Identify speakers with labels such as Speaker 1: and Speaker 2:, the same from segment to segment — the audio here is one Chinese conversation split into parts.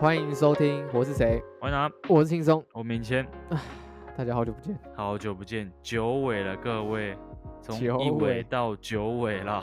Speaker 1: 欢迎收听，我是谁？
Speaker 2: 我拿
Speaker 1: 我是轻松，
Speaker 2: 我明谦，
Speaker 1: 大家好久不 见。
Speaker 2: 好久不见，九尾了各位，从
Speaker 1: 九
Speaker 2: 一
Speaker 1: 尾
Speaker 2: 尾到九尾了，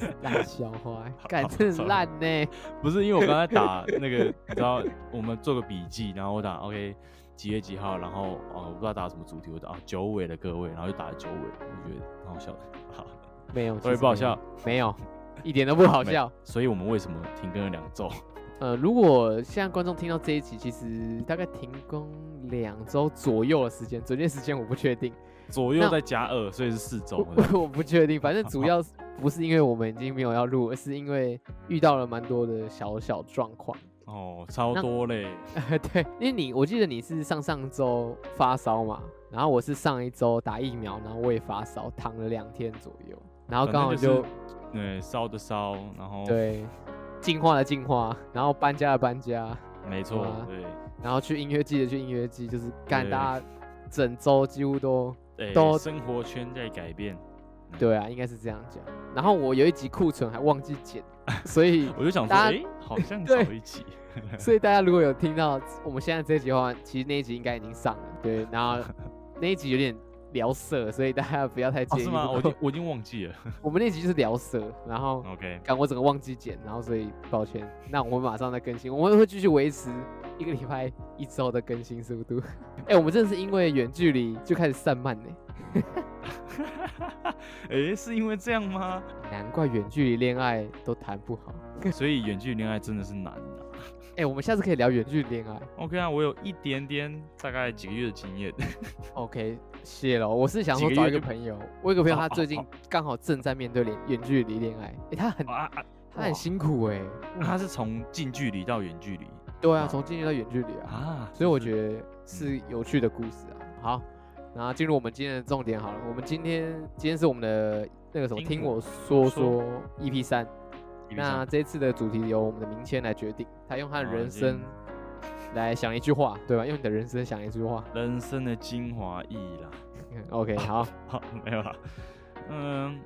Speaker 1: 干这是烂笑话欸，干真的是烂呢、
Speaker 3: 不是因为我刚才打那个， 你知道，我们做个笔记，然后我打 OK 几月几号，然后哦，我不知道打什么主题，我打啊九尾的各位，然后就打了九尾，我觉得蛮好笑的。 好，
Speaker 1: 没有，
Speaker 3: 所
Speaker 1: 其
Speaker 3: 以
Speaker 1: 实
Speaker 3: 不好
Speaker 1: 没有
Speaker 3: 笑，
Speaker 1: 没有，一点都不好
Speaker 3: 没
Speaker 1: 笑。
Speaker 3: 所以我们为什么停更了两周？
Speaker 1: 呃，如果现在观众听到这一集，其实大概停工两周左右的时间，准确时间我不确定，
Speaker 3: 左
Speaker 1: 那
Speaker 3: 右再加二，所以是四周
Speaker 1: 我。 我不确定，反正主要是 不是因为我们已经没有要录，而是因为遇到了蛮多的小小状况。
Speaker 3: 哦，超
Speaker 1: 那
Speaker 3: 多嘞，
Speaker 1: 对，因为你我记得你是上上周发烧嘛，然后我是上一周打疫苗，然后我也发烧，躺了两天左右，然后
Speaker 3: 反
Speaker 1: 刚
Speaker 3: 正
Speaker 1: 好
Speaker 3: 就是哦
Speaker 1: 就
Speaker 3: 对，烧的烧，然后，
Speaker 1: 对进化的进化，然后搬家的搬家，
Speaker 3: 没错
Speaker 2: 啊
Speaker 1: 哇，
Speaker 3: 对。
Speaker 1: 然后去音乐季的去音乐季，就是干
Speaker 3: 对
Speaker 1: 大家整周几乎都
Speaker 3: 哎
Speaker 1: 都
Speaker 3: 生活圈在改变，
Speaker 1: 对啊，应该是这样讲。然后我有一集库存还忘记 剪，所以
Speaker 3: 我就想说，
Speaker 1: 大
Speaker 3: 哎、
Speaker 1: 家
Speaker 3: 好像少
Speaker 1: 对
Speaker 3: 一集，
Speaker 1: 所以大家如果有听到我们现在这一集的话，其实那一集应该已经上了，对，然 后那一集有点聊色，所以大家不要太
Speaker 3: 哦，
Speaker 1: 介意。
Speaker 3: 是吗？
Speaker 1: 不
Speaker 3: 我已
Speaker 1: 过
Speaker 3: 经我已经忘记了。
Speaker 1: 我们那集就是聊色，然后
Speaker 3: OK，
Speaker 1: 赶我整个忘记剪，然后所以抱歉。那我们马上再更新，我们会继续维持一个礼拜一周的更新速度。 哎、我们真的是因为远距离就开始散漫呢、
Speaker 3: 哎、是因为这样吗？
Speaker 1: 难怪远距离恋爱都谈不好。
Speaker 3: 所以远距离恋爱真的是难的、
Speaker 1: 哎、我们下次可以聊远距离恋爱。
Speaker 3: OK 啊，我有一点点大概几个月的经 验。
Speaker 1: OK，谢了。我是想
Speaker 3: 几
Speaker 1: 说
Speaker 3: 个
Speaker 1: 找
Speaker 3: 月
Speaker 1: 一个
Speaker 3: 就
Speaker 1: 朋友，哦我有个朋友
Speaker 3: 好
Speaker 1: 他
Speaker 3: 好
Speaker 1: 最近刚好正在面对恋远距离恋爱，哎、他很
Speaker 3: 啊啊，
Speaker 1: 他很
Speaker 3: 哇
Speaker 1: 辛苦哎、
Speaker 3: 他是从近距离到远距离
Speaker 1: 对啊，
Speaker 3: 啊
Speaker 1: 从近距离到远距离啊，
Speaker 3: 啊，
Speaker 1: 所以我
Speaker 3: 得
Speaker 1: 觉得是嗯有趣的故事啊。好，然后进入我们今天的重点好了，我们今天今天是我们的那个什么，
Speaker 3: 听
Speaker 1: 听
Speaker 3: 我
Speaker 1: 我说说
Speaker 3: 说
Speaker 1: EP 三，那这次的主题由我们的明谦来决定，他用他的
Speaker 3: 好
Speaker 1: 人
Speaker 3: 今
Speaker 1: 生 来想一句话，对吧？用你的人生想一句话。
Speaker 3: 人生的精华意义啦。
Speaker 1: OK，好，
Speaker 3: 好，没有啦。嗯，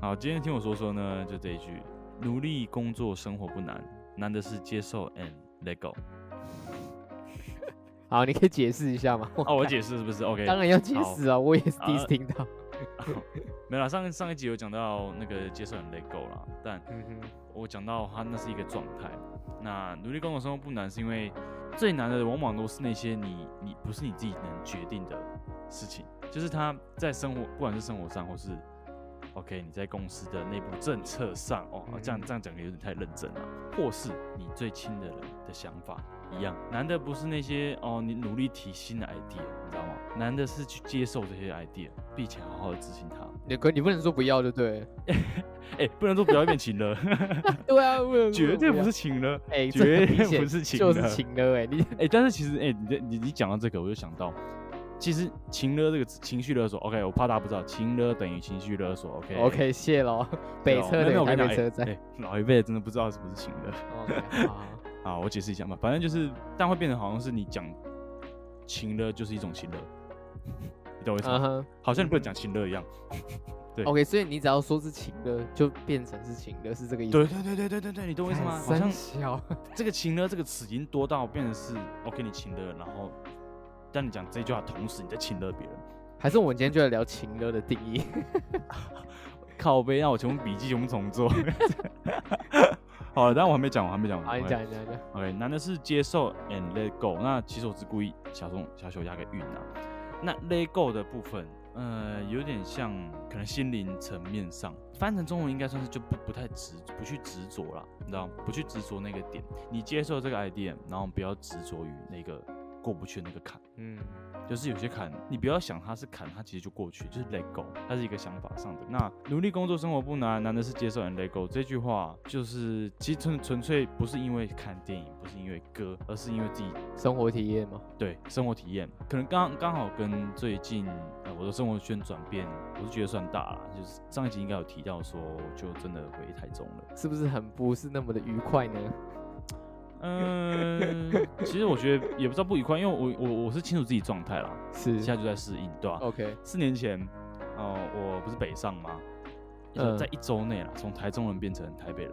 Speaker 3: 好，今天听我说说呢，就这一句：努力工作，生活不难，难的是接受 and let go。
Speaker 1: 好，你可以解释一 下吗？
Speaker 3: 哦，我解释是不是？OK，
Speaker 1: 当然要解
Speaker 3: 好
Speaker 1: 释啊，我也是第一次
Speaker 3: 啊
Speaker 1: 听到。
Speaker 3: 没有啦。上上一集有讲到那个接受 and let go 啦，但
Speaker 1: 嗯哼，
Speaker 3: 我讲到他那是一个状态。那努力工作生活不难，是因为最难的往往都是那些你你不是你自己能决定的事情，就是他在生活，不管是生活上或是 OK 你在公司的内部政策上，哦，这样
Speaker 1: 嗯
Speaker 3: 这样讲有点太认真了，或是你最亲的人的想法一样，难的不是那些哦你努力提新的 idea，你知道吗？难的是去接受这些 idea，并且好好的执行它。
Speaker 1: 你可你不能说不要就对了。
Speaker 3: 哎、不能说不要变情了，
Speaker 1: 对啊，不能说
Speaker 3: 绝对不
Speaker 1: 要
Speaker 3: 是。情了。
Speaker 1: 哎，这
Speaker 3: 绝
Speaker 1: 很明
Speaker 3: 对
Speaker 1: 显
Speaker 3: 不是情
Speaker 1: 就是
Speaker 3: 勒
Speaker 1: 情了哎，你
Speaker 3: 哎、但是其实哎、你这你你讲到这个，我就想到，其实情勒这个词情绪勒索，OK，我怕大家不知道，情勒等于情绪勒索，OK。
Speaker 1: OK 谢喽，
Speaker 3: 对
Speaker 1: 北
Speaker 3: 哦
Speaker 1: 车
Speaker 3: 没有没有
Speaker 1: 的台
Speaker 3: 我跟你
Speaker 1: 北
Speaker 3: 讲
Speaker 1: 车
Speaker 3: 哎
Speaker 1: 站。
Speaker 3: 哎老一辈的真的不知道什么是情勒。
Speaker 1: OK，好好好
Speaker 3: 好，我解释一下嘛，反正就是，但会变成好像是你讲情勒就是一种情勒，你懂我意思吗
Speaker 1: 嗯哼
Speaker 3: 好像你不
Speaker 1: 嗯
Speaker 3: 能讲情勒一样。对
Speaker 1: ，OK，所以你只要说是情了，就变成是情了，是这个意思。
Speaker 3: 对对对对对对对，你懂我意思
Speaker 1: 干
Speaker 3: 吗？啊好
Speaker 1: 三
Speaker 3: 像
Speaker 1: 小，
Speaker 3: 这个情勒这个词已经多到变成是 OK 你情勒，然后当你讲这句话的同时，你在情勒别人。
Speaker 1: 还是我们今天就来聊情了的定 义。
Speaker 3: 靠背，让我全部笔记全部重做。 好了，但我还没讲，我还没讲完。
Speaker 1: 好，你
Speaker 3: OK
Speaker 1: 讲，你讲，你讲。
Speaker 3: OK，难的是接受 and let go。那其实我是故意小松小手压个韵啊。那 let go 的部分，呃，有点像可能心灵层面上，翻成中文应该算是就不不太执，不去执着啦，你知道吗，不去执着那个点，你接受这个 idea，然后不要执着于那个过不去的那个坎。
Speaker 1: 嗯，
Speaker 3: 就是有些坎，你不要想它是坎，它其实就过去，就是 let go，它是一个想法上的。那努力工作生活不难，难的是接受 and let go 这句话，就是其实纯纯粹不是因为看电影，不是因为歌，而是因为自己
Speaker 1: 生活体验嘛，
Speaker 3: 对生活体验，可能刚刚好跟最近呃我的生活圈转变，我是觉得算大了。就是上一集应该有提到说，就真的回台中了。
Speaker 1: 是不是很不是那么的愉快呢？
Speaker 3: 嗯， 其实我觉得也不知道不愉快，因为我我我是清楚自己状态啦，
Speaker 1: 是
Speaker 3: 现在就在适应，对吧、
Speaker 1: ，OK，
Speaker 3: 四年前，呃哦、我不是北上吗？
Speaker 1: 嗯
Speaker 3: 在一周内啦，从台中人变成台北人，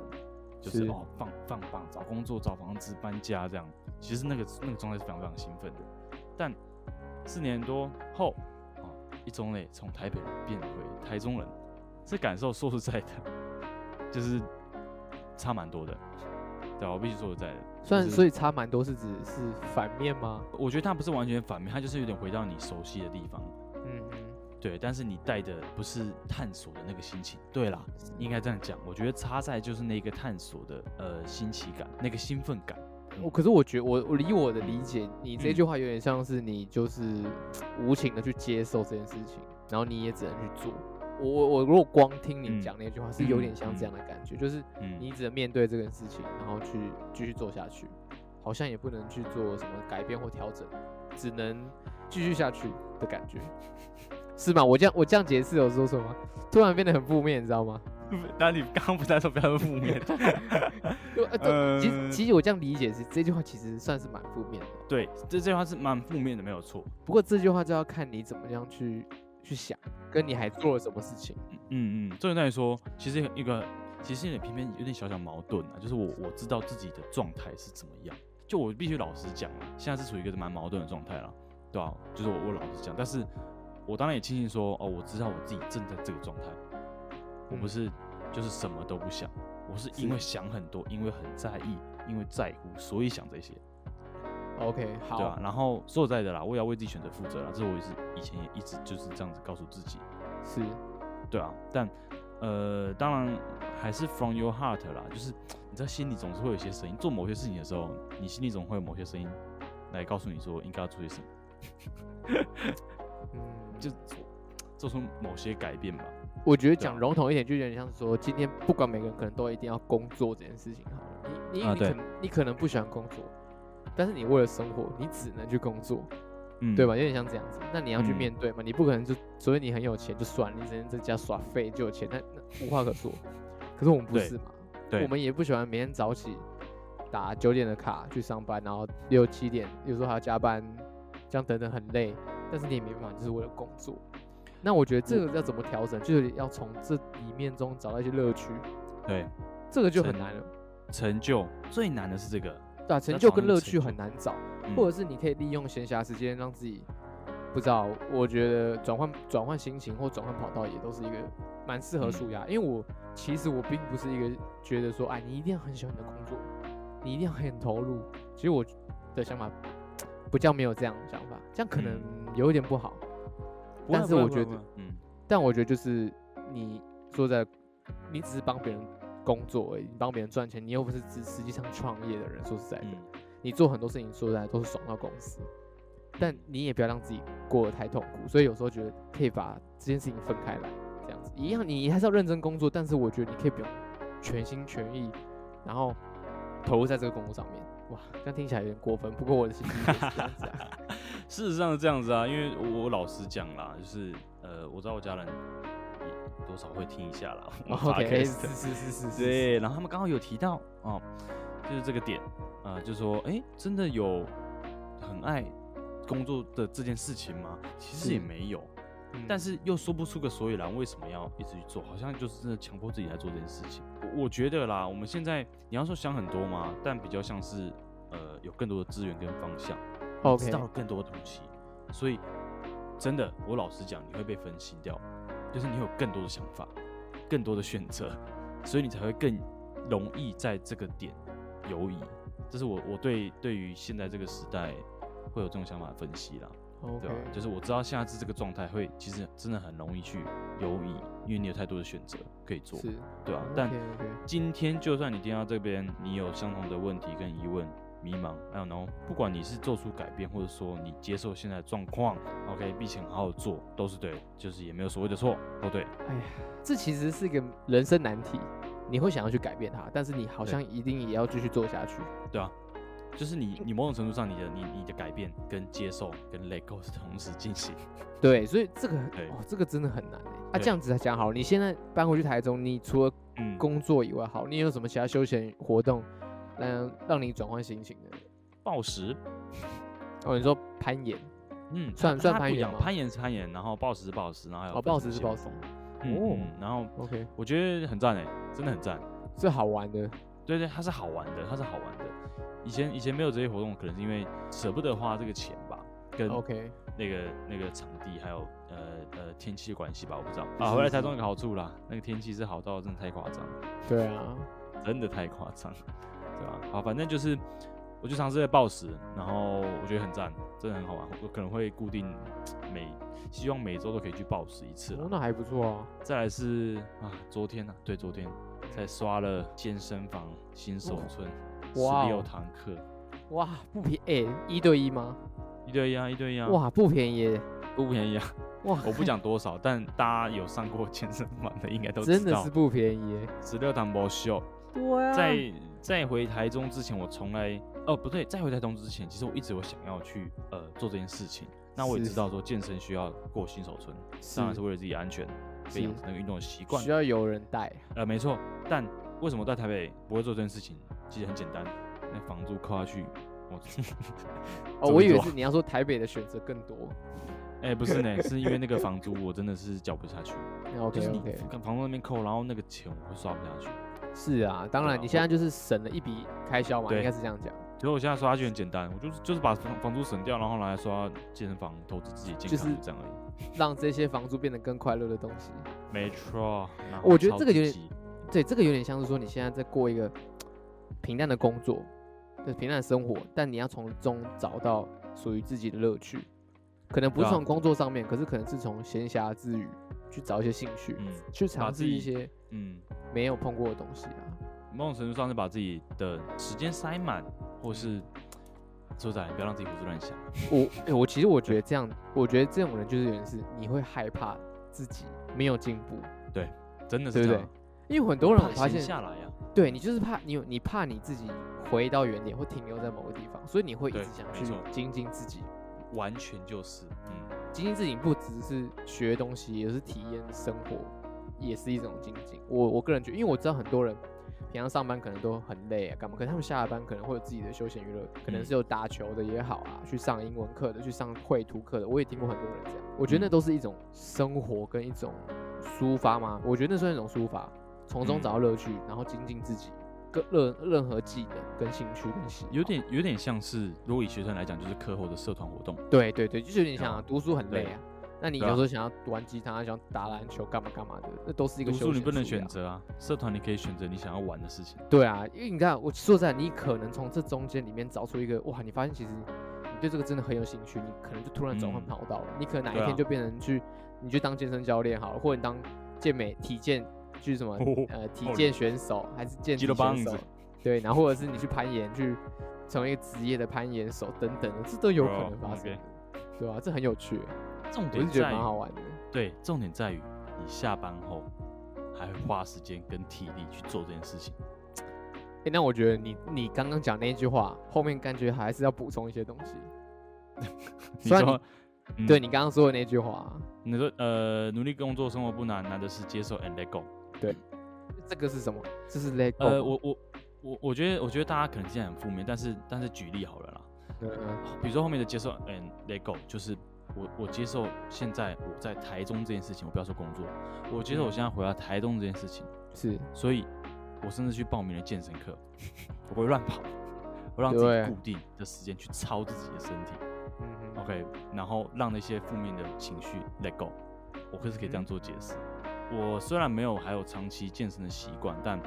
Speaker 3: 就是
Speaker 1: 是
Speaker 3: 哦放放榜、找工作、找房子、搬家这样。其实那个那个状态是非常非常兴奋的，但四年多后，哦，一中内从台北人变回台中人，这感受说实在的，就是差蛮多的。对啊，我必须说实在的，
Speaker 1: 虽然
Speaker 3: 就是
Speaker 1: 所以差蛮多是指是反面吗？
Speaker 3: 我觉得它不是完全反面，它就是有点回到你熟悉的地方。
Speaker 1: 嗯嗯，
Speaker 3: 对，但是你带的不是探索的那个心情。对啦，应该这样讲。我觉得差在就是那个探索的呃新奇感，那个兴奋感。
Speaker 1: 我可是我觉得我我以我的理解，你
Speaker 3: 嗯
Speaker 1: 这句话有点像是你就是无情的去接受这件事情，然后你也只能去做。我我我如果光听你
Speaker 3: 嗯
Speaker 1: 讲那句话，是有点
Speaker 3: 嗯
Speaker 1: 像这样的感觉，就是
Speaker 3: 嗯
Speaker 1: 你只能面对这个事情，然后去继续做下去，好像也不能去做什么改变或调整，只能继续下去的感觉， 是吗？我这样我这样解释有说错吗？突然变得很负面，你知道吗？
Speaker 3: 那你刚刚不是说不要负面？
Speaker 1: 对，呃对，其实
Speaker 3: 呃
Speaker 1: 其实我这样理解是这句话其实算是蛮负面的。
Speaker 3: 对，这这句话是蛮负面的，没有错。
Speaker 1: 不过这句话就要看你怎么样去去想，跟你还做了什么事情。
Speaker 3: 嗯嗯，重点在于说，其实一个其实有点偏偏有点小小矛盾啊，就是我我知道自己的状态是怎么样，就我必须老实讲啊，现在是处于一个蛮矛盾的状态啦，对啊，就是我我老实讲，但是我当然也庆幸说，哦，我知道我自己正在这个状态，我不
Speaker 1: 嗯
Speaker 3: 是就是什么都不想，我是因
Speaker 1: 是
Speaker 3: 为想很多，因为很在意，因为在乎，所以想这些。
Speaker 1: 嗯 OK，好，
Speaker 3: 对啊，然后说实在的啦，我也要为自己选择负责啦，这我也是以前也一直就是这样子告诉自己，
Speaker 1: 是
Speaker 3: 对啊，但呃，当然还是 from your heart 啦，就是你在心里总是会有一些声音，做某些事情的时候，你心里总会有某些声音来告诉你说应该要做些什么，
Speaker 1: 嗯，
Speaker 3: 就做做出某些改变吧。
Speaker 1: 我觉得
Speaker 3: 对
Speaker 1: 讲
Speaker 3: 啊
Speaker 1: 笼统一点，就有点像是说，今天不管每个人可能都一定要工作这件事情好了。你你、
Speaker 3: 啊
Speaker 1: 你可
Speaker 3: 对
Speaker 1: 能你可能不喜欢工作，但是你为了生活，你只能去工作，
Speaker 3: 嗯，
Speaker 1: 对吧？？有点像这样子。那你要去
Speaker 3: 嗯
Speaker 1: 面对嘛，你不可能就所以你很有钱就算，你只能在家耍废就有钱，那那无话可说。可是我们不
Speaker 3: 对
Speaker 1: 是嘛，
Speaker 3: 对，
Speaker 1: 我们也不喜欢每天早起打九点的卡去上班，然后六七点有时候还要加班，这样等等很累。但是你也没办法，就是为了工作。那我觉得
Speaker 3: 嗯
Speaker 1: 这个要怎么调整，就是要从这里面中找到一些乐趣，
Speaker 3: 对
Speaker 1: 这个就很
Speaker 3: 成
Speaker 1: 难了。
Speaker 3: 成就最难的是这个，
Speaker 1: 对啊，成
Speaker 3: 要
Speaker 1: 就
Speaker 3: 找
Speaker 1: 跟
Speaker 3: 那个
Speaker 1: 乐
Speaker 3: 成
Speaker 1: 趣
Speaker 3: 就
Speaker 1: 很难找，
Speaker 3: 嗯
Speaker 1: 或者是你可以利用闲暇时间让自己，不知道，我觉得转换转换心情或转换跑道也都是一个蛮适合
Speaker 3: 嗯
Speaker 1: 舒压。因为我其实我并不是一个觉得说，哎，你一定要很喜欢你的工作，你一定要很投入。其实我的想法不叫没有这样的想法，这样可能有一点不好。
Speaker 3: 不会
Speaker 1: 但是
Speaker 3: 不会
Speaker 1: 我
Speaker 3: 不会
Speaker 1: 觉
Speaker 3: 不
Speaker 1: 得
Speaker 3: 会嗯，
Speaker 1: 但我觉得就是你说在，你只是帮别人工作而已，你帮别人赚钱，你又不是实实际上创业的人。说实在的，
Speaker 3: 嗯
Speaker 1: 你做很多事情说实在都是爽到公司，但你也不要让自己过得太痛苦。所以有时候觉得可以把这件事情分开来，这样子一样，你还是要认真工作，但是我觉得你可以不用全心全意，然后投入在这个工作上面。哇，这样听起来有点过分，不过我的心情也是这样子啊。
Speaker 3: 事实上是这样子啊，因为我我老实讲啦，就是呃，我知道我家人也多少会听一下啦。 我
Speaker 1: 哦 OK，哎
Speaker 3: podcast
Speaker 1: 是是是是是，
Speaker 3: 对，然后他们刚好有提到哦，就是这个点，啊，就说哎、诶真的有很爱工作的这件事情吗？其实
Speaker 1: 是
Speaker 3: 也没有，
Speaker 1: 嗯
Speaker 3: 但是又说不出个所以然，为什么要一直去做？好像就是真的强迫自己来做这件事情。我我觉得啦，我们现在你要说想很多嘛，但比较像是呃有更多的资源跟方向。知
Speaker 1: OK，
Speaker 3: 道更多的东西，所以真的，我老实讲，你会被分心掉，就是你会有更多的想法，更多的选择，所以你才会更容易在这个点游移。这是我我对对于现在这个时代会有这种想法的分析啦，
Speaker 1: OK，
Speaker 3: 对吧、啊就是我知道下次这个状态会其实真的很容易去游移，因为你有太多的选择可以做，
Speaker 1: 是
Speaker 3: 对吧、但
Speaker 1: OK，OK
Speaker 3: 今天就算你听到这边，你有相同的问题跟疑问、迷茫，I don't know，不管你是做出改变，或者说你接受现在的状况，OK，并且好好做，都是对的，就是也没有所谓的错都对。
Speaker 1: 哎呀，这其实是一个人生难题，你会想要去改变它，但是你好
Speaker 3: 对
Speaker 1: 像一定也要继续做下去。
Speaker 3: 对啊，就是
Speaker 1: 嗯
Speaker 3: 你你某种程度上你的你你的改变跟接受跟 let go 是同时进行。
Speaker 1: 对，所以这个很
Speaker 3: 对
Speaker 1: 哦，这个真的很难哎。啊，
Speaker 3: 对
Speaker 1: 这样子讲好了，你现在搬回去台中，你除了
Speaker 3: 嗯，
Speaker 1: 工作以外，好，你有什么其他休闲活动，让让你转换心情的？
Speaker 3: 暴食，
Speaker 1: 哦，你说攀岩，
Speaker 3: 嗯，
Speaker 1: 算
Speaker 3: 它
Speaker 1: 算
Speaker 3: 它不
Speaker 1: 攀
Speaker 3: 一
Speaker 1: 岩
Speaker 3: 样
Speaker 1: 吗
Speaker 3: 攀岩是攀岩，然后暴食是暴食，然后还有
Speaker 1: 哦，
Speaker 3: 分
Speaker 1: 暴食
Speaker 3: 什么
Speaker 1: 是
Speaker 3: 先
Speaker 1: 暴
Speaker 3: 锋
Speaker 1: 食
Speaker 3: 嗯
Speaker 1: 哦
Speaker 3: 嗯，然后
Speaker 1: ，OK，
Speaker 3: 欸我觉得很赞哎，真的很赞，
Speaker 1: 是好玩的。
Speaker 3: 对对，它是好玩的，它是好玩的。以前以前没有这些活动，可能是因为舍不得花这个钱吧，跟
Speaker 1: OK，
Speaker 3: 那个那个场地还有呃呃天气的关系吧，我不知道
Speaker 1: 是
Speaker 3: 啊。回来
Speaker 1: 是
Speaker 3: 台中有个好处啦，那个天气是好到真的太夸张了。
Speaker 1: 对啊，
Speaker 3: 真的太夸张，对吧、好，反正就是我就尝试了暴食，然后我觉得很赞，真的很好玩。我可能会固定每希望每周都可以去暴食一次啦
Speaker 1: 哦，那还不错啊。
Speaker 3: 再来是啊，昨天啊，对，昨天才刷了健身房新手村
Speaker 1: 哇
Speaker 3: 十
Speaker 1: 哦
Speaker 3: 六堂课，
Speaker 1: 哇，不便哎，一对一吗？
Speaker 3: 一对一啊，一对一啊，
Speaker 1: 哇，不便宜耶，
Speaker 3: 不便宜啊。
Speaker 1: 哇，
Speaker 3: 我不讲多少，但大家有上过健身房的应该都
Speaker 1: 真
Speaker 3: 知
Speaker 1: 的
Speaker 3: 道
Speaker 1: 是，不便宜耶。
Speaker 3: 十六堂不秀。
Speaker 1: 对啊
Speaker 3: 在在回台中之前，我从来哦不对，在回台中之前，其实我一直有想要去呃做这件事情。那我也
Speaker 1: 是
Speaker 3: 知道说健身需要过新手村，
Speaker 1: 是
Speaker 3: 当然是为了自己安全，培养成那个运动的习惯
Speaker 1: 需。要有人带，
Speaker 3: 呃，没错。但为什么在台北不会做这件事情？其实很简单，那房租扣下去， 我
Speaker 1: 哦，
Speaker 3: 怎么
Speaker 1: 我以为
Speaker 3: 做
Speaker 1: 是你要说台北的选择更多。
Speaker 3: 哎、不是呢，是因为那个房租我真的是缴不 下去，
Speaker 1: 那
Speaker 3: 就
Speaker 1: OK
Speaker 3: 是你
Speaker 1: OK，
Speaker 3: 跟房租那边扣，然后那个钱我会刷不下去。
Speaker 1: 是啊，当
Speaker 3: 对
Speaker 1: 然
Speaker 3: 啊
Speaker 1: 你现在就是省了一笔开销嘛，
Speaker 3: 对
Speaker 1: 应该是这样讲，
Speaker 3: 所以我现在刷下去很简单，我就是就是把房房租省掉，然后拿来刷健身房，投资自己的健康，
Speaker 1: 就是
Speaker 3: 就这样而已。
Speaker 1: 让这些房租变得更快乐的东西。
Speaker 3: 没错，然
Speaker 1: 我
Speaker 3: 后
Speaker 1: 觉得
Speaker 3: 超
Speaker 1: 这个有
Speaker 3: 低
Speaker 1: 点
Speaker 3: 级
Speaker 1: 对，这个有点像是说你现在在过一个平淡的工作，对平淡的生活，但你要从中找到属于自己的乐趣，可能不是
Speaker 3: 对啊
Speaker 1: 从工作上面，可是可能是从闲暇之余去找一些兴趣，
Speaker 3: 嗯
Speaker 1: 去
Speaker 3: 把
Speaker 1: 尝
Speaker 3: 自
Speaker 1: 试一
Speaker 3: 己
Speaker 1: 些
Speaker 3: 嗯，
Speaker 1: 没有碰过的东西 啊。
Speaker 3: 某种程度上是把自己的时间塞满，或是说仔，不要让自己胡思乱想。
Speaker 1: 我、欸我其实我觉得这样，我觉得这种人就是有点是你会害怕自己没有进步，
Speaker 3: 真的
Speaker 1: 对
Speaker 3: 是
Speaker 1: 不对
Speaker 3: 这样，？
Speaker 1: 因为很多人我
Speaker 3: 怕
Speaker 1: 发
Speaker 3: 闲
Speaker 1: 现，
Speaker 3: 下来啊呀、
Speaker 1: 对你就是怕你有你怕你自己回到原点或停留在某个地方，所以你会一
Speaker 3: 对
Speaker 1: 直想
Speaker 3: 没
Speaker 1: 去
Speaker 3: 错
Speaker 1: 精进自己。
Speaker 3: 完全就是，嗯，
Speaker 1: 精进自己不只是学东西，也是体验生活，也是一种精进。我我个人觉得，因为我知道很多人平常上班可能都很累啊，干嘛？可能他们下了班可能会有自己的休闲娱乐，可能
Speaker 3: 嗯
Speaker 1: 是有打球的也好啊，去上英文课的，去上绘图课的。我也听过很多人这样，我觉得那
Speaker 3: 嗯
Speaker 1: 都是一种生活跟一种抒发嘛。我觉得那算一种抒发，从中
Speaker 3: 嗯
Speaker 1: 找到乐趣，然后精进自己。各任任何技能跟兴趣跟喜好，
Speaker 3: 有点有点像是，如果以学生来讲，就是课后的社团活动。
Speaker 1: 对对对，就是有点像、啊
Speaker 3: 哦、
Speaker 1: 读书很
Speaker 3: 对
Speaker 1: 累啊。那你有
Speaker 3: 对
Speaker 1: 时
Speaker 3: 啊
Speaker 1: 候想要玩吉他，想要打篮球，干嘛干嘛的，那都是一个
Speaker 3: 读
Speaker 1: 休
Speaker 3: 书你
Speaker 1: 闲
Speaker 3: 不能
Speaker 1: 素养
Speaker 3: 选。择啊，社团你可以选择你想要玩的事情。
Speaker 1: 对啊，因为你看，我说实在，你可能从这中间里面找出一个哇，你发现其实你对这个真的很有兴趣，你可能就突然转换
Speaker 3: 嗯
Speaker 1: 跑道了。你可能哪一
Speaker 3: 对啊
Speaker 1: 天就变成去，你去当健身教练好了，或者你当健美体健，去什么、呃体
Speaker 3: 哦
Speaker 1: 健选手，还是健
Speaker 3: 肌
Speaker 1: 体
Speaker 3: 肉棒
Speaker 1: 选手
Speaker 3: 子，
Speaker 1: 对，然后或者是你去攀岩，去成为一个职业的攀岩手等等的，这都有可
Speaker 3: 哦
Speaker 1: 能发生
Speaker 3: OK
Speaker 1: 的，对吧、这很有趣，
Speaker 3: 重
Speaker 1: 我是
Speaker 3: 点
Speaker 1: 觉得
Speaker 3: 在
Speaker 1: 蛮好
Speaker 3: 于，
Speaker 1: 玩的。
Speaker 3: 对，重点在于你下班后还会花时间跟体力去做这件事情。
Speaker 1: 哎、那我觉得你你刚刚讲那一句话，后面感觉还是要补充一些东西。
Speaker 3: 你
Speaker 1: 虽然
Speaker 3: 说，嗯
Speaker 1: 对你刚刚说的那句话，
Speaker 3: 你说呃，努力工作，生活不难，难的是接受 and let go。
Speaker 1: 这个是什么？这是 let go 吗。
Speaker 3: 呃，我我我我觉得我觉得大家可能现在很负面，但是但是举例好了啦，
Speaker 1: 嗯嗯
Speaker 3: 比如说后面的接受 and let go，就是我我接受现在我在台中这件事情，我不要说工作，我接受我现在回到台中这件事情，
Speaker 1: 是
Speaker 3: 所以我甚至去报名了健身课，我不会乱跑，我让自
Speaker 1: 对
Speaker 3: 己固定的时间去操自己的身体
Speaker 1: 嗯哼
Speaker 3: ，OK，然后让那些负面的情绪 let go，我可是可以这
Speaker 1: 嗯
Speaker 3: 样做解释。我虽然没有还有长期健身的习惯，但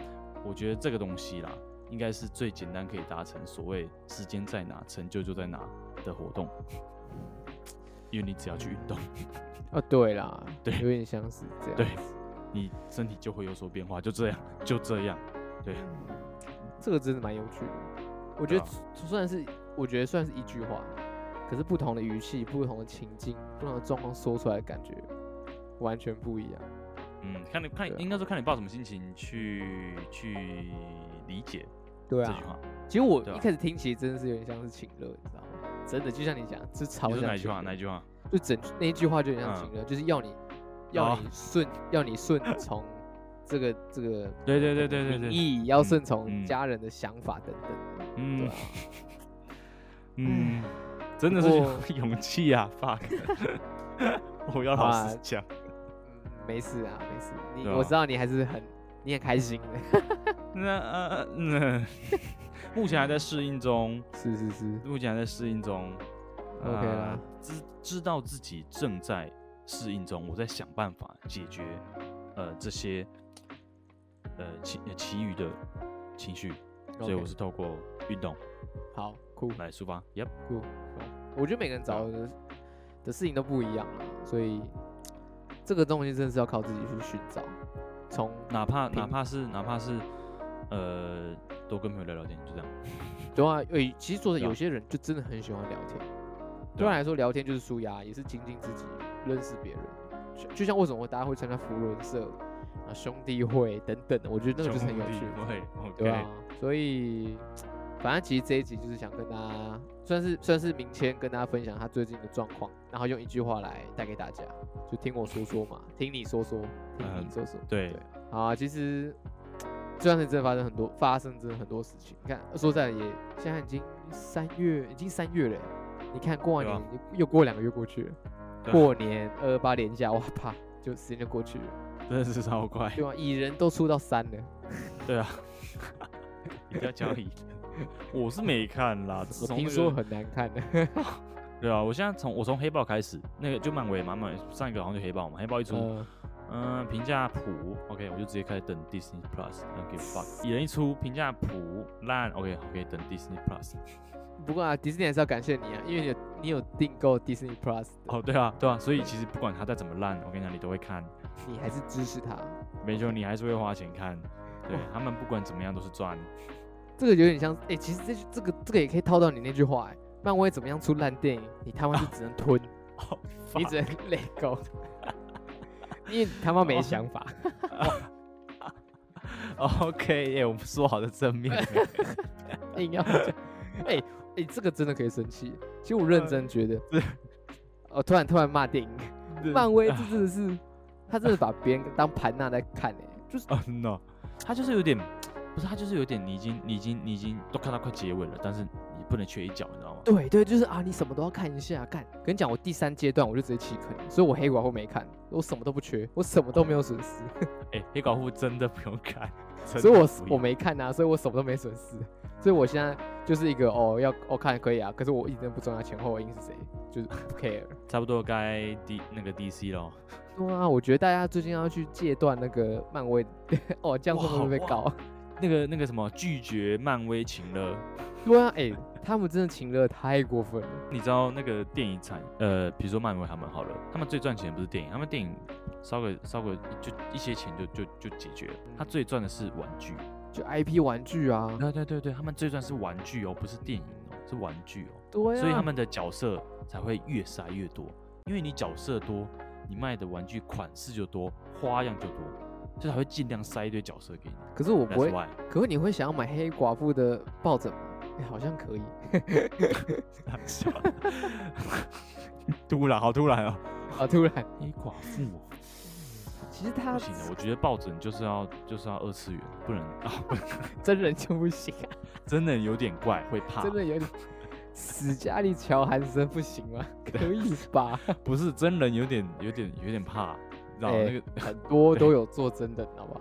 Speaker 3: 我觉得这个东西啦，应该是最简单可以达成所谓时间在哪，成就就在哪的活动， 因为你只要去运动，
Speaker 1: 啊，对啦，
Speaker 3: 对
Speaker 1: 有点像是这样。
Speaker 3: 对，你身体就会有所变化，就这样， 就这样，对，
Speaker 1: 这个真的蛮有趣的。我觉得
Speaker 3: 对啊
Speaker 1: 虽虽然是我觉得算是一句话，可是不同的语气、不同的情境、不同的状况说出来，感觉完全不一样。
Speaker 3: 嗯，看你看
Speaker 1: 对啊
Speaker 3: 你，应该说看你抱什么心情去去理解
Speaker 1: 对啊
Speaker 3: 这句话。
Speaker 1: 其实我
Speaker 3: 对
Speaker 1: 一
Speaker 3: 啊
Speaker 1: 开始听，其实真的是有点像是情乐，你知道吗？真的就像你讲，是超
Speaker 3: 你
Speaker 1: 像
Speaker 3: 说哪一句
Speaker 1: 情
Speaker 3: 话？
Speaker 1: 勒
Speaker 3: 哪一句话？
Speaker 1: 就整句那一句话就很像情歌，就是要你要
Speaker 3: 哦
Speaker 1: 你顺、 要你顺从这个这个
Speaker 3: 对对对对对
Speaker 1: 民
Speaker 3: 对，
Speaker 1: 意，要
Speaker 3: 嗯
Speaker 1: 顺从
Speaker 3: 嗯
Speaker 1: 家人的想法等等的，对
Speaker 3: 嗯
Speaker 1: 啊。
Speaker 3: 嗯，真的是
Speaker 1: 不
Speaker 3: 需
Speaker 1: 过
Speaker 3: 要勇气 啊！fuck，我要老实
Speaker 1: 啊
Speaker 3: 讲，
Speaker 1: 嗯，没事啊，没事。你、
Speaker 3: 对啊
Speaker 1: 我知道你还是很你很开心的，
Speaker 3: 那呃嗯，目前还在适应中，
Speaker 1: 是是是
Speaker 3: 目前还在适应中。
Speaker 1: ，OK 啦
Speaker 3: 呃，知知道自己正在适应中，我在想办法解决呃这些呃其呃其余的情绪所以
Speaker 1: OK
Speaker 3: 我是透过运动
Speaker 1: 好酷
Speaker 3: 来抒发。Yep，
Speaker 1: 酷。我觉得每个人找
Speaker 3: 啊
Speaker 1: 的的事情都不一样啦，所以这个东西真的是要靠自己去寻找。从
Speaker 3: 哪怕哪
Speaker 1: 平
Speaker 3: 怕是哪怕是呃多跟朋友聊聊天，就这样。
Speaker 1: 对啊，诶，其实说的
Speaker 3: 对啊
Speaker 1: 有些人就真的很喜欢聊天，对
Speaker 3: 对
Speaker 1: 我
Speaker 3: 啊
Speaker 1: 来说聊天就是舒压，也是精进自己，认识别人。就就像为什么大家会参加福伦社啊、兄弟会等等的，我觉得那个就是很有趣的。
Speaker 3: 会
Speaker 1: 对
Speaker 3: ，OK，
Speaker 1: 啊，所以反正其实这一集就是想跟大家，算是算是明谦跟大家分享他最近的状况，然后用一句话来带给大家，就听我说说嘛，听你说说，听你
Speaker 3: 嗯
Speaker 1: 说说。
Speaker 3: 对
Speaker 1: 对，好啊，其实这段时间真的发生很多，发生真的很多事情。你看，说在也现在已经三月，已经三月了欸，你看过完
Speaker 3: 对
Speaker 1: 年、
Speaker 3: 啊
Speaker 1: 又过两个月过去了，
Speaker 3: 对啊
Speaker 1: 过年二八连假，哇啪，就时间就过去了，
Speaker 3: 真的是 超快。
Speaker 1: 对吧、啊蚁人都出到三了。
Speaker 3: 对啊，一定要讲理。我是没看啦，自
Speaker 1: 我
Speaker 3: 从
Speaker 1: 听
Speaker 3: 那个
Speaker 1: 说很难 看的，
Speaker 3: 嗯对啊，我现在从我从黑豹开始，那个就漫威嘛，漫威上一个好像就黑豹嘛，黑豹一出，
Speaker 1: 嗯，
Speaker 3: 嗯、评价普，OK，我就直接开始等 Disney Plus，OK、fuck，蚁人一出评价普烂，OK，好可以等 Disney Plus。
Speaker 1: 不过啊，迪士尼还是要感谢你啊，因为你有你有订购 Disney Plus，的
Speaker 3: 哦，对啊，对啊，所以其实不管它再怎么烂，我跟你讲，你都会看，
Speaker 1: 你还是支持它。
Speaker 3: 没错，你还是会花钱看。对
Speaker 1: 哇
Speaker 3: 他们不管怎么样都是赚，
Speaker 1: 这个有点像，哎、其实这句这个这个也可以套到你那句话、哎，漫威怎么样出烂电影，你他妈就只能吞，
Speaker 3: 哦
Speaker 1: 你只能累狗，因为你他妈没
Speaker 3: 哦
Speaker 1: 想法。
Speaker 3: OK，耶、我们说好的正 面
Speaker 1: 硬要讲。哎、哎、这个真的可以生气。其实我认
Speaker 3: 嗯
Speaker 1: 真觉得，哦，突然突然骂电影，漫威这
Speaker 3: 啊
Speaker 1: 真的是，他真的把别人当盘纳在看、哎，就是
Speaker 3: 啊、no，他就是有点，不是他就是有点，你已经你已经你已经都看到快结尾了，但是你不能缺一角，你知道吗？
Speaker 1: 对对，就是啊，你什么都要看一下，看。跟你讲，我第三阶段我就直接弃坑，所以我黑寡妇没看，我什么都不缺，我什么都没有损失，
Speaker 3: 哎、黑寡妇真的不用看， 真
Speaker 1: 所以
Speaker 3: 的
Speaker 1: 我
Speaker 3: 不
Speaker 1: 我
Speaker 3: 用
Speaker 1: 没看啊，所以我什么都没损失，所以我现在就是一个哦要哦看可以啊，可是我一点都不重要前后音是谁，就是不 care。
Speaker 3: 差不多该 D 那个 DC 咯。
Speaker 1: 对啊，我觉得大家最近要去戒断那个漫威， 哦这样会不会被
Speaker 3: 哇
Speaker 1: 告？
Speaker 3: 那个那个什么拒绝漫威情了，
Speaker 1: 对啊，哎、他们真的请了太过分了，
Speaker 3: 你知道那个电影产呃，比如说漫威他们好了，他们最赚钱的不是电影，他们电影烧个烧个就一些钱就就就解决了，他最赚的是玩具。
Speaker 1: 就 IP 玩具啊，
Speaker 3: 对对对对，他们最赚是玩具哦，不是电影哦，是玩具哦。
Speaker 1: 对啊，
Speaker 3: 所以他们的角色才会越塞越多，因为你角色多，你卖的玩具款式就多，花样就多，所以才会尽量塞一堆角色给你。
Speaker 1: 可是我不
Speaker 3: That's
Speaker 1: 会，
Speaker 3: why，
Speaker 1: 可是你会想要买黑寡妇的抱枕吗？哎、好像可以。
Speaker 3: 突然，好突然啊！
Speaker 1: 啊，突然，
Speaker 3: 黑寡妇哦、
Speaker 1: 其实他
Speaker 3: 不行的，我觉得抱枕就是要就是要二次元，不能啊，不能
Speaker 1: 真人就不行啊，
Speaker 3: 真的有点怪，会怕。
Speaker 1: 真的有点。史嘉丽·乔韩森不行吗？可以 吧？
Speaker 3: 不是真人有点有点有点怕，你知道吗
Speaker 1: 哎
Speaker 3: 那个。
Speaker 1: 很多都有做真的，好不好？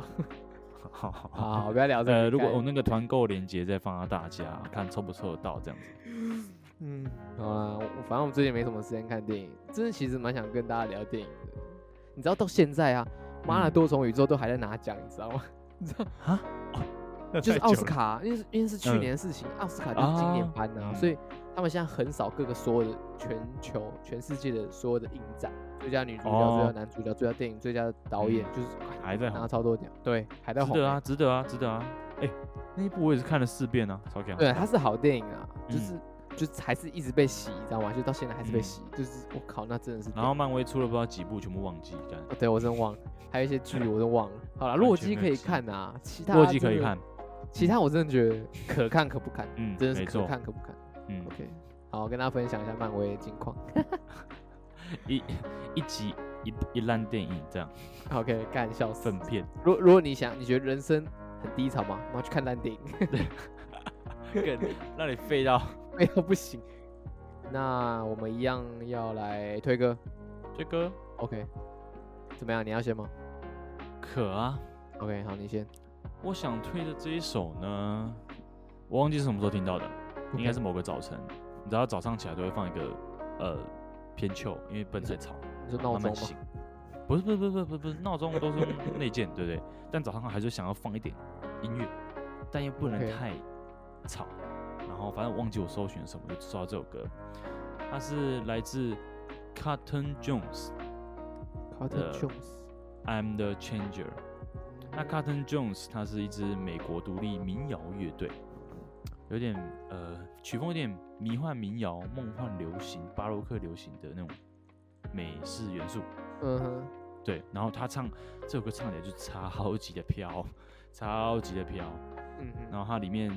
Speaker 3: 好好好
Speaker 1: 好好，不要聊这个。
Speaker 3: 呃，如果
Speaker 1: 干
Speaker 3: 我、那个团购链接再放到大家看抽不抽得到这样子。
Speaker 1: 嗯，好啦，我反正我们最近没什么时间看电影，真的其实蛮想跟大家聊电影的。你知道到现在啊，《妈的
Speaker 3: 嗯
Speaker 1: 多重宇宙》都还在拿奖，你知 道吗？你知道就是奥斯卡，啊因为是因为是去
Speaker 3: 嗯
Speaker 1: 年的事情，奥、斯卡就是今年
Speaker 3: 啊
Speaker 1: 颁的、啊，
Speaker 3: 嗯
Speaker 1: 所以他们现在很少各个所有的全球、全世界的所有的影展，最佳女主角、最佳
Speaker 3: 哦嗯
Speaker 1: 男主角、最佳电影、最佳导演，就是
Speaker 3: 还在
Speaker 1: 拿
Speaker 3: 红
Speaker 1: 超多奖，对，还在
Speaker 3: 值
Speaker 1: 红
Speaker 3: 得啊，
Speaker 1: 欸。
Speaker 3: 值得啊，值得啊！哎、那一部我也是看了四遍啊，超强。
Speaker 1: 对，它是好电影啊，就
Speaker 3: 嗯
Speaker 1: 是、就是还是一直被洗，你知道吗？就到现在还是被
Speaker 3: 嗯
Speaker 1: 洗，就是我靠，那真的是电影。
Speaker 3: 然后漫威出了不知道几部，全部忘记干。
Speaker 1: 哦对我真忘了，还有一些剧我都忘了。好了，
Speaker 3: 完
Speaker 1: 洛
Speaker 3: 全
Speaker 1: 基
Speaker 3: 没
Speaker 1: 可
Speaker 3: 有
Speaker 1: 以
Speaker 3: 记忆
Speaker 1: 看啊，其他
Speaker 3: 洛基可
Speaker 1: 真
Speaker 3: 以
Speaker 1: 的
Speaker 3: 看，
Speaker 1: 其他我真的觉得可看可不看，
Speaker 3: 嗯，
Speaker 1: 真的
Speaker 3: 没
Speaker 1: 是可
Speaker 3: 错，
Speaker 1: 看可不看。
Speaker 3: 嗯，
Speaker 1: OK，好，跟大家分享一下漫威的近况。
Speaker 3: 一一集一一烂电影这样，
Speaker 1: OK，干 笑死
Speaker 3: 粪。 片，
Speaker 1: 如如果你想，你觉得人生很低潮吗？然后去看烂电影，
Speaker 3: 更让你废到
Speaker 1: 没有不行。那我们一样要来推歌。
Speaker 3: 这个
Speaker 1: OK，怎么样？你要先吗
Speaker 3: 可啊。
Speaker 1: ？OK，好，你先。
Speaker 3: 我想推的这一首呢，我忘记是什么时候听到的，应该
Speaker 1: OK
Speaker 3: 是某个早晨。你知道早上起来都会放一个呃偏秋，因为不能太吵，
Speaker 1: 你说闹
Speaker 3: 慢
Speaker 1: 钟
Speaker 3: 慢
Speaker 1: 吗
Speaker 3: 醒。不是不是不是不是不是不是闹钟都是用内建，对不对？但早上还是想要放一点音乐，但又不能
Speaker 1: OK
Speaker 3: 太吵。然后反正我忘记我搜寻什么，就搜到这首歌，它是来自 Cotton Jones。
Speaker 1: ？Carter
Speaker 3: 的
Speaker 1: Jones，
Speaker 3: I'm the Changer。那 Cotton Jones 它是一支美国独立民谣乐队，有点呃曲风有点迷幻民谣、梦幻流行、巴洛克流行的那种美式元素。
Speaker 1: 嗯哼，
Speaker 3: 对，然后他唱这首歌唱起来就超级的飘，超级的飘。
Speaker 1: 嗯
Speaker 3: 然
Speaker 1: 哼，
Speaker 3: 后它里面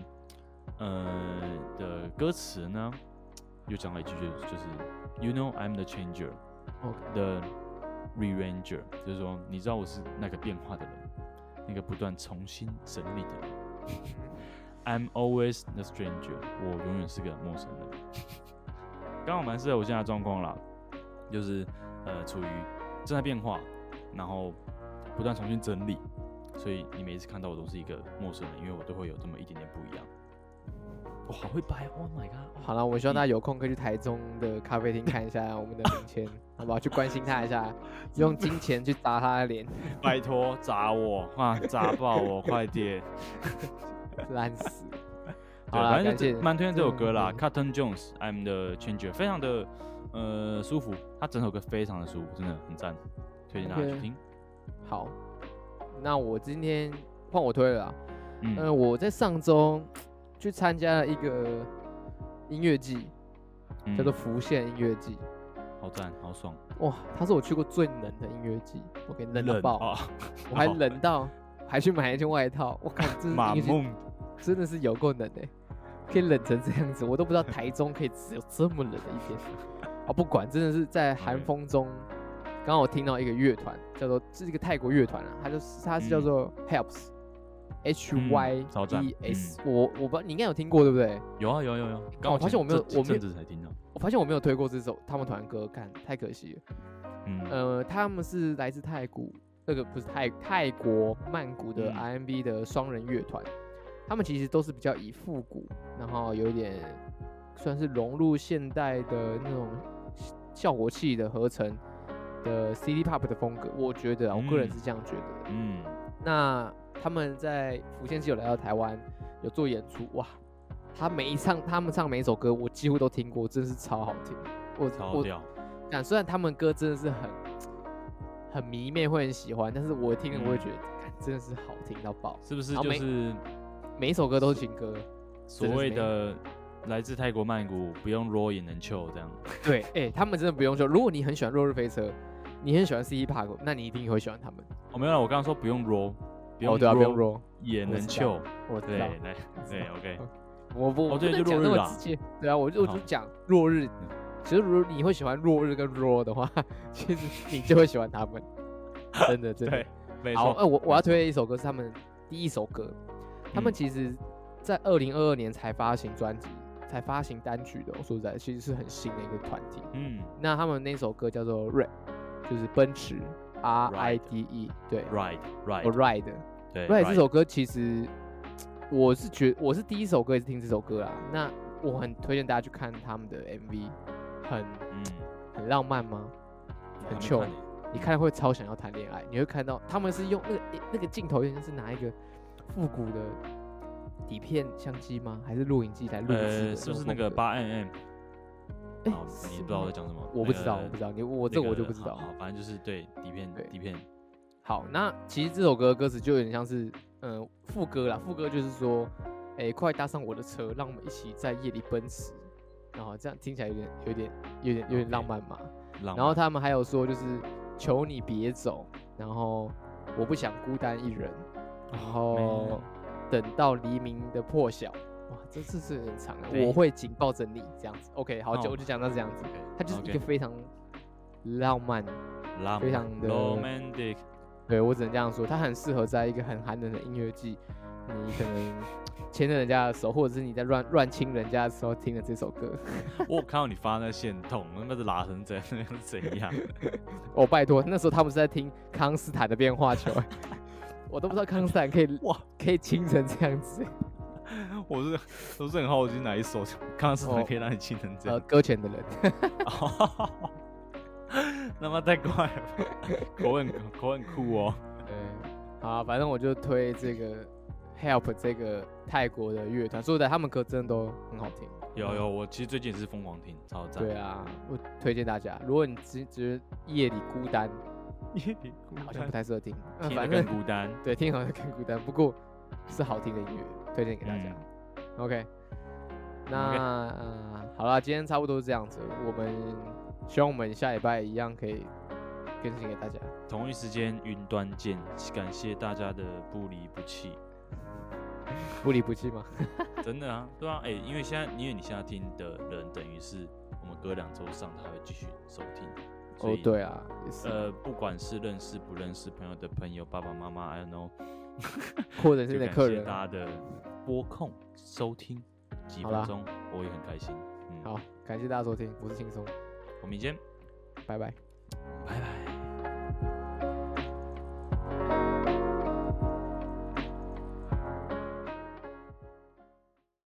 Speaker 3: 呃的歌词呢，又讲了一句就是就是 You know I'm the Changer。
Speaker 1: OK，
Speaker 3: 的 rearranger，就是说你知道我是那个变化的人，那个不断重新整理的人。I'm always the stranger，我永远是个陌生人。刚好蛮适合我现在的状况啦，就是呃处于正在变化，然后不断重新整理，所以你每一次看到我都是一个陌生人，因为我都会有这么一点点不一样。我好会掰，Oh my god！
Speaker 1: 好了，我希望大
Speaker 3: 嗯
Speaker 1: 家有空可以去台中的咖啡厅看一下我们的明 谦，好不好？去关心他一下，用金钱去砸他的脸，
Speaker 3: 拜托砸我啊，砸爆我，快 点！
Speaker 1: 烂死。
Speaker 3: 对，
Speaker 1: 好啦，
Speaker 3: 反正
Speaker 1: 感
Speaker 3: 就
Speaker 1: 谢
Speaker 3: 这，蛮推荐这首歌啦
Speaker 1: 嗯
Speaker 3: ，Cotton Jones I'm the Changer，非常的呃舒服，它整首歌非常的舒服，真的很赞，推荐大家去
Speaker 1: OK
Speaker 3: 听。
Speaker 1: 好，那我今天换我推了啦。呃，
Speaker 3: 嗯
Speaker 1: 我在上周去参加了一个音乐季，
Speaker 3: 嗯
Speaker 1: 叫做浮现音乐季。
Speaker 3: 好赞，好爽，
Speaker 1: 哇，它是我去过最冷的音乐季，OK，冷到
Speaker 3: 冷
Speaker 1: 爆，
Speaker 3: 啊，
Speaker 1: 我还
Speaker 3: 哦
Speaker 1: 冷到还去买了一件外套。我靠，这是
Speaker 3: 马
Speaker 1: 音乐季
Speaker 3: 梦
Speaker 1: 真的是有够冷的、可以冷成这样子，我都不知道台中可以只有这么冷的一天。啊，不管，真的是在寒
Speaker 3: OK
Speaker 1: 风中。刚刚我听到一个乐团，叫做是一个泰国乐团啊，它就是它是叫
Speaker 3: 嗯
Speaker 1: 做 Helps，H Y
Speaker 3: 超赞
Speaker 1: E S，、我我不知道你应该有听过对不对？
Speaker 3: 有啊有有有，
Speaker 1: 看我发现我没有
Speaker 3: 这
Speaker 1: 我没有
Speaker 3: 这阵子才听到，
Speaker 1: 我发现我没有推过这首他们团歌，看太可惜了。
Speaker 3: 嗯
Speaker 1: 呃，他们是来自泰国，那个不是泰泰国曼谷的
Speaker 3: 嗯
Speaker 1: RMB 的双人乐团，他们其实都是比较以复古，然后有一点算是融入现代的那种效果器的合成的 CD pop 的风格，我觉得啊，我个人
Speaker 3: 嗯
Speaker 1: 是这样觉得。
Speaker 3: 嗯，
Speaker 1: 那他们在福建是有来到台湾，有做演出，哇，他每一唱他们唱每一首歌，我几乎都听过，真是超好听。我
Speaker 3: 超
Speaker 1: 我
Speaker 3: 屌，
Speaker 1: 但虽然他们歌真的是很很迷妹，会很喜欢，但是我听了我会
Speaker 3: 嗯
Speaker 1: 觉得，干真的是好听到爆。
Speaker 3: 是不是
Speaker 1: 好
Speaker 3: 就
Speaker 1: 没
Speaker 3: 是
Speaker 1: 每一首歌都是情歌，
Speaker 3: 所
Speaker 1: 真的是
Speaker 3: 谓
Speaker 1: 没
Speaker 3: 的来自泰国曼谷，不用 raw 也能 chill 这样？
Speaker 1: 对，哎、他们真的不用说。如果你很喜欢《落日飞车》，你很喜欢 C.E. Park，那你一定会喜欢他们。
Speaker 3: 哦，没有了，我刚刚说不用 raw，不
Speaker 1: 哦，
Speaker 3: 用
Speaker 1: 对啊，不用
Speaker 3: raw
Speaker 1: roll，
Speaker 3: 也
Speaker 1: 我
Speaker 3: 能
Speaker 1: 知道
Speaker 3: chill，
Speaker 1: 我
Speaker 3: 对，
Speaker 1: 知道。
Speaker 3: 来，对，OK，
Speaker 1: 我不，我
Speaker 3: 哦对
Speaker 1: 不能
Speaker 3: 就
Speaker 1: 讲
Speaker 3: 落日
Speaker 1: 那
Speaker 3: 嗯
Speaker 1: 么
Speaker 3: 啦
Speaker 1: 直接。对啊，我就我就
Speaker 3: 好
Speaker 1: 讲落日。其实如果你会喜欢落日跟 raw 的话， 其实你就会喜欢他们。真的，真的。
Speaker 3: 对，没
Speaker 1: 好，
Speaker 3: 错
Speaker 1: 哎、。我我要
Speaker 3: 没错
Speaker 1: 推的一首歌是他们第一首歌，他们
Speaker 3: 嗯
Speaker 1: 其实在二零二二年才发行专辑，才发行单曲的、我说实在，其实是很新的一个团体。
Speaker 3: 嗯
Speaker 1: 那他们那首歌叫做 Red，就是奔驰 R I D E，对
Speaker 3: ，Ride
Speaker 1: 我
Speaker 3: Ride
Speaker 1: Ride。
Speaker 3: 对
Speaker 1: Red 哦这首歌其实我是觉我是第一首歌也是听这首歌啦，那我很推荐大家去看他们的 MV，很
Speaker 3: 嗯，
Speaker 1: 很浪漫吗？
Speaker 3: 我
Speaker 1: 很
Speaker 3: 还没
Speaker 1: chill
Speaker 3: 看欸
Speaker 1: 你看了会超想要谈恋爱，你会看到他们是用那个诶那个镜头，有点像是拿一个复古的底片相机吗？还是录影机来录制的种风格、
Speaker 3: 呃，是不是那个八 mm？
Speaker 1: 诶
Speaker 3: 好
Speaker 1: 是
Speaker 3: 你不知道我在讲什么？
Speaker 1: 我不知道，
Speaker 3: 那个
Speaker 1: 我不知道，你我这个
Speaker 3: 那
Speaker 1: 我就
Speaker 3: 个
Speaker 1: 不知道。
Speaker 3: 好，好反正就是对底
Speaker 1: 对
Speaker 3: 片底片，
Speaker 1: 好，那其实这首歌的歌词就有点像是，嗯、副歌啦，副歌就是说，哎、快搭上我的车，让我们一起在夜里奔驰，然后这样听起来有点有点有点有点
Speaker 3: OK
Speaker 1: 浪漫嘛。
Speaker 3: 然
Speaker 1: 然后他们还有说就是求你别走，然后我不想孤单一人，
Speaker 3: 哦
Speaker 1: 然后等到黎明的破晓。哇，这次是很长的，
Speaker 3: 对
Speaker 1: 我会紧抱着你这样子。OK，好，就
Speaker 3: 哦
Speaker 1: 我就讲到这样子，它就是一个非常浪漫，
Speaker 3: 浪
Speaker 1: 非
Speaker 3: 漫
Speaker 1: 常的
Speaker 3: romantic，
Speaker 1: 对我只能这样说，它很适合在一个很寒冷的音乐季，你可能 牵着人家的手，或者是你在乱乱亲人家的时候听的这首歌。
Speaker 3: 我有看到你发那线筒，那妈的拉成怎样怎样？
Speaker 1: 哦，拜托，那时候他们是在听康斯坦的变化球。 我都不知道康斯坦可以
Speaker 3: 哇，
Speaker 1: 可以亲成这样子。
Speaker 3: 我是都是很好奇哪一首康斯坦可以让你亲成这
Speaker 1: 呃，
Speaker 3: 样。
Speaker 1: 搁浅的人，呃
Speaker 3: 那么太怪了吧，口很口很酷哦。
Speaker 1: 对，好，反正我就推这个 Help 这个泰国的乐团，说实在，他们歌真的都很好听。
Speaker 3: 有有，我其实最近也是疯狂听，超
Speaker 1: 嗯
Speaker 3: 赞。
Speaker 1: 对 啊，我推荐大家，如果你只只夜里孤单，
Speaker 3: 夜里孤
Speaker 1: 好像
Speaker 3: 单
Speaker 1: 不，太适合听，呃
Speaker 3: 听得
Speaker 1: 反
Speaker 3: 更
Speaker 1: 正
Speaker 3: 孤单。
Speaker 1: 对听好像更孤单，不过是好听的音乐，推荐给
Speaker 3: 嗯
Speaker 1: 大家。OK，那、呃好了，今天差不多是这样子，我们希望我们下礼拜一样可以更新给大家。
Speaker 3: 同一时间云端见，感谢大家的不离不弃，
Speaker 1: 不离不弃吗？
Speaker 3: 真的啊，对啊，哎、因为现在因为你现在听的人，等于是我们隔两周上，他会继续收听。所
Speaker 1: 哦
Speaker 3: 以，
Speaker 1: 对啊，也是，
Speaker 3: 呃，不管是认识不认识朋友的朋友，爸爸妈妈，I don't know，
Speaker 1: 或者是
Speaker 3: 就
Speaker 1: 你的
Speaker 3: 感
Speaker 1: 客
Speaker 3: 谢
Speaker 1: 人。啊
Speaker 3: 大家的播控收听，几
Speaker 1: 好
Speaker 3: 分
Speaker 1: 啦
Speaker 3: 钟我也很开心。嗯，
Speaker 1: 好，感谢大家收听，我是轻松，
Speaker 3: 我们明天
Speaker 1: 拜拜。
Speaker 3: 拜拜。